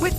With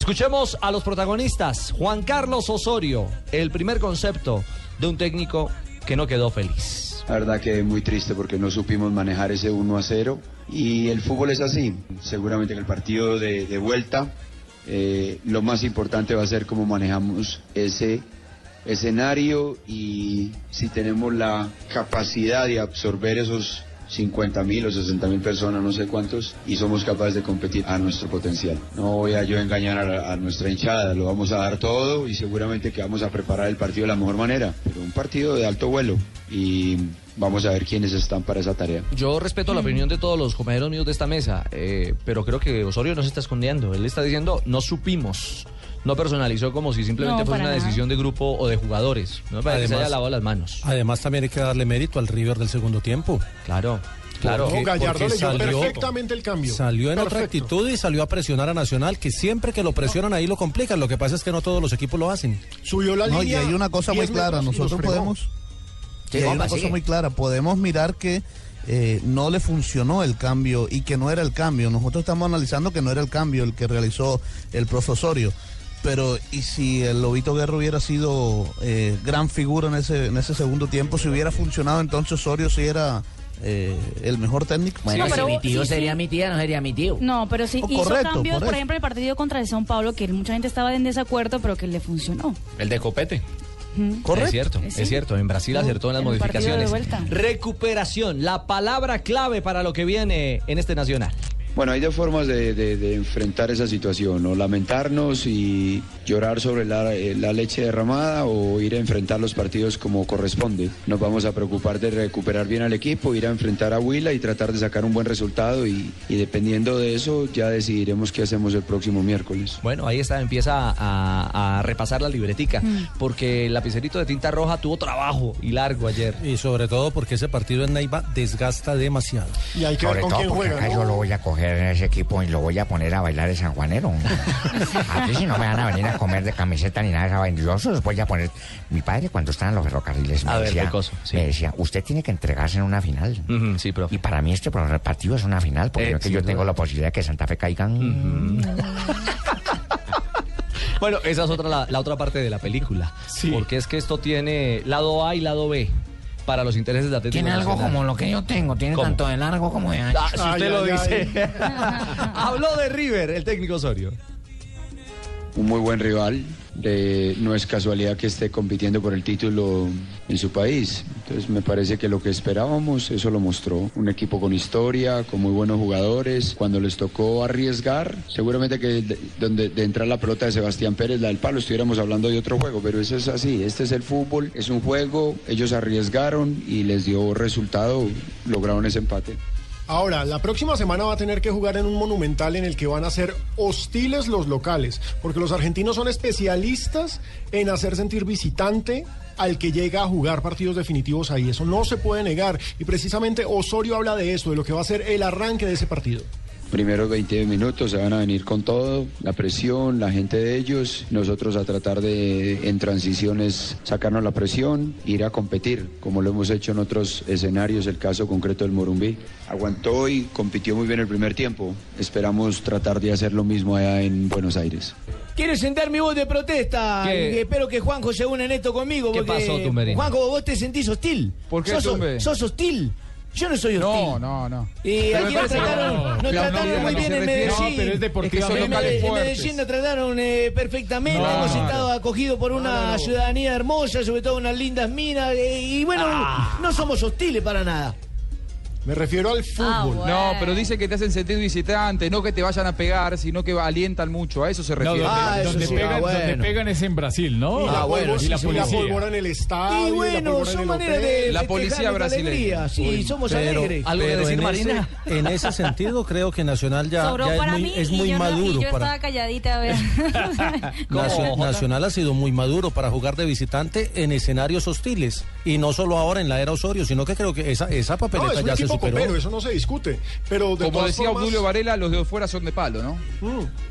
Escuchemos a los protagonistas. Juan Carlos Osorio, el primer concepto de un técnico que no quedó feliz. La verdad que muy triste porque no supimos manejar ese 1 a 0 y el fútbol es así. Seguramente en el partido de, de vuelta eh, lo más importante va a ser cómo manejamos ese escenario y si tenemos la capacidad de absorber esos 50 mil o 60 mil personas, no sé cuántos, y somos capaces de competir a nuestro potencial. No voy a yo engañar a, la- a nuestra hinchada, lo vamos a dar todo y seguramente que vamos a preparar el partido de la mejor manera, pero un partido de alto vuelo y vamos a ver quiénes están para esa tarea. Yo respeto Mm. la opinión de todos los compañeros míos de esta mesa, eh, pero creo que Osorio no se está escondiendo. Él está diciendo, no supimos. No personalizó como si simplemente No, fuese para una nada. decisión de grupo o de jugadores. No me parece que se haya Además- lavado las manos. Además, también hay que darle mérito al River del segundo tiempo. Claro, claro. Porque- Gallardo porque leyó salió- perfectamente el cambio. Salió en otra Perfecto. actitud y salió a presionar a Nacional, que siempre que lo presionan ahí lo complican. Lo que pasa es que no todos los equipos lo hacen. Subió la No, y línea. hay una cosa muy 10 clara, metros y nosotros los frenó. podemos, y Sí, hay Juanpa, una cosa sigue. muy clara, podemos mirar que eh, no le funcionó el cambio y que no era el cambio. Nosotros estamos analizando que no era el cambio el que realizó el profesorio. Pero, ¿y si el Lobito Guerra hubiera sido eh, gran figura en ese, en ese segundo tiempo? Si hubiera funcionado, entonces Osorio sí era eh, el mejor técnico. Bueno, Sí, si pero mi tío sí, sí. sería mi tía, no sería mi tío. No, pero sí Oh, hizo correcto, cambios, por correcto. ejemplo, el partido contra el San Pablo, que mucha gente estaba en desacuerdo, pero que le funcionó. El de Copete. Es cierto, Sí. es cierto. En Brasil No, acertó en las en el partido de modificaciones. vuelta. Recuperación, la palabra clave para lo que viene en este Nacional. Bueno, hay dos formas de, de- de enfrentar esa situación, o lamentarnos y llorar sobre la, eh, la leche derramada o ir a enfrentar los partidos como corresponde. Nos vamos a preocupar de recuperar bien al equipo, ir a enfrentar a Huila y tratar de sacar un buen resultado y, y dependiendo de eso ya decidiremos qué hacemos el próximo miércoles. Bueno, ahí está, empieza a, a repasar la libretica, porque el lapicerito de tinta roja tuvo trabajo y largo ayer. Y sobre todo porque ese partido en Neiva desgasta demasiado. Y hay que ver Sobre con todo quién porque juega. acá ¿no? yo lo voy a coger en ese equipo y lo voy a poner a bailar de San Juanero. Aquí si no me van a venir a comer de camiseta ni nada de esa vaina. Yo se los voy a poner. Mi padre cuando estaba en los ferrocarriles me, A ver, decía, Pecoso, sí. Mm. me decía, usted tiene que entregarse en una final. Ujú, sí, profe. Y para mí este pro- partido es una final, porque Eh, yo, que sin yo duda. tengo la posibilidad de que Santa Fe caigan. Bueno, esa es otra, la, la otra parte de la película, Sí. porque es que esto tiene lado A y lado B para los intereses de Atlético Tiene algo Nacional. como lo que yo tengo, tiene ¿Cómo? tanto de largo como de ancho. Ah, si usted Ay, lo ay, dice. Habló de River, el técnico Osorio. un muy buen rival. eh, no es casualidad que esté compitiendo por el título en su país. Entonces me parece que lo que esperábamos, eso lo mostró. Un equipo con historia, con muy buenos jugadores. Cuando les tocó arriesgar, seguramente que de- donde de entrar la pelota de Sebastián Pérez, la del palo, estuviéramos hablando de otro juego, pero eso es así. Este es el fútbol, es un juego. Ellos arriesgaron y les dio resultado, lograron ese empate. Ahora, la próxima semana va a tener que jugar en un monumental en el que van a ser hostiles los locales, porque los argentinos son especialistas en hacer sentir visitante al que llega a jugar partidos definitivos ahí. Eso no se puede negar. Y precisamente Osorio habla de eso, de lo que va a ser el arranque de ese partido. Primeros 20 minutos se van a venir con todo, la presión, la gente de ellos, nosotros a tratar de en transiciones sacarnos la presión, ir a competir, como lo hemos hecho en otros escenarios, el caso concreto del Morumbí. Aguantó y compitió muy bien el primer tiempo, esperamos tratar de hacer lo mismo allá en Buenos Aires. Quiero sentar mi voz de protesta ¿Qué? y espero que Juanjo se une en esto conmigo. ¿Qué porque, pasó, Tumberini? Juanjo, vos te sentís hostil. ¿Por qué, sos, Tumbe? sos hostil. Yo no soy hostil. No, no, no. Y Pero aquí me nos parece que trataron, no. nos La trataron unidad muy no bien se refiere. en Medellín. No, pero es deportivamente son En Medellín- locales en fuertes. Medellín nos trataron eh, perfectamente. Claro. Hemos estado acogidos por una ciudadanía hermosa, sobre todo unas lindas minas. eh, y bueno, no somos hostiles para nada. Me refiero al Ah, fútbol. No, pero dice que te hacen sentir visitante, no que te vayan a pegar, sino que alientan mucho. A eso se refiere. donde, Ah, donde pegan, ah, donde Eh, pegan es en Brasil, ¿no? Y la polvo- y la pólvora en el estadio. Y la bueno, pólvora en son el maneras hotel. de La festejar policía nuestra brasileña. alegría. Sí, somos alegres. Algo que decir, en Marina. Ese, en ese sentido creo que Nacional ya, Sobró ya es para muy, mí es y muy yo, no- maduro. y yo para, estaba calladita a ver. Nacio- Nacional ha sido muy maduro para jugar de visitante en escenarios hostiles. Y no solo ahora en la era Osorio, sino que creo que esa, esa No, papeleta es un ya se equipo superó. copero, eso no se discute. Pero de Como todas decía formas- Julio Varela, los de fuera son de palo, ¿no?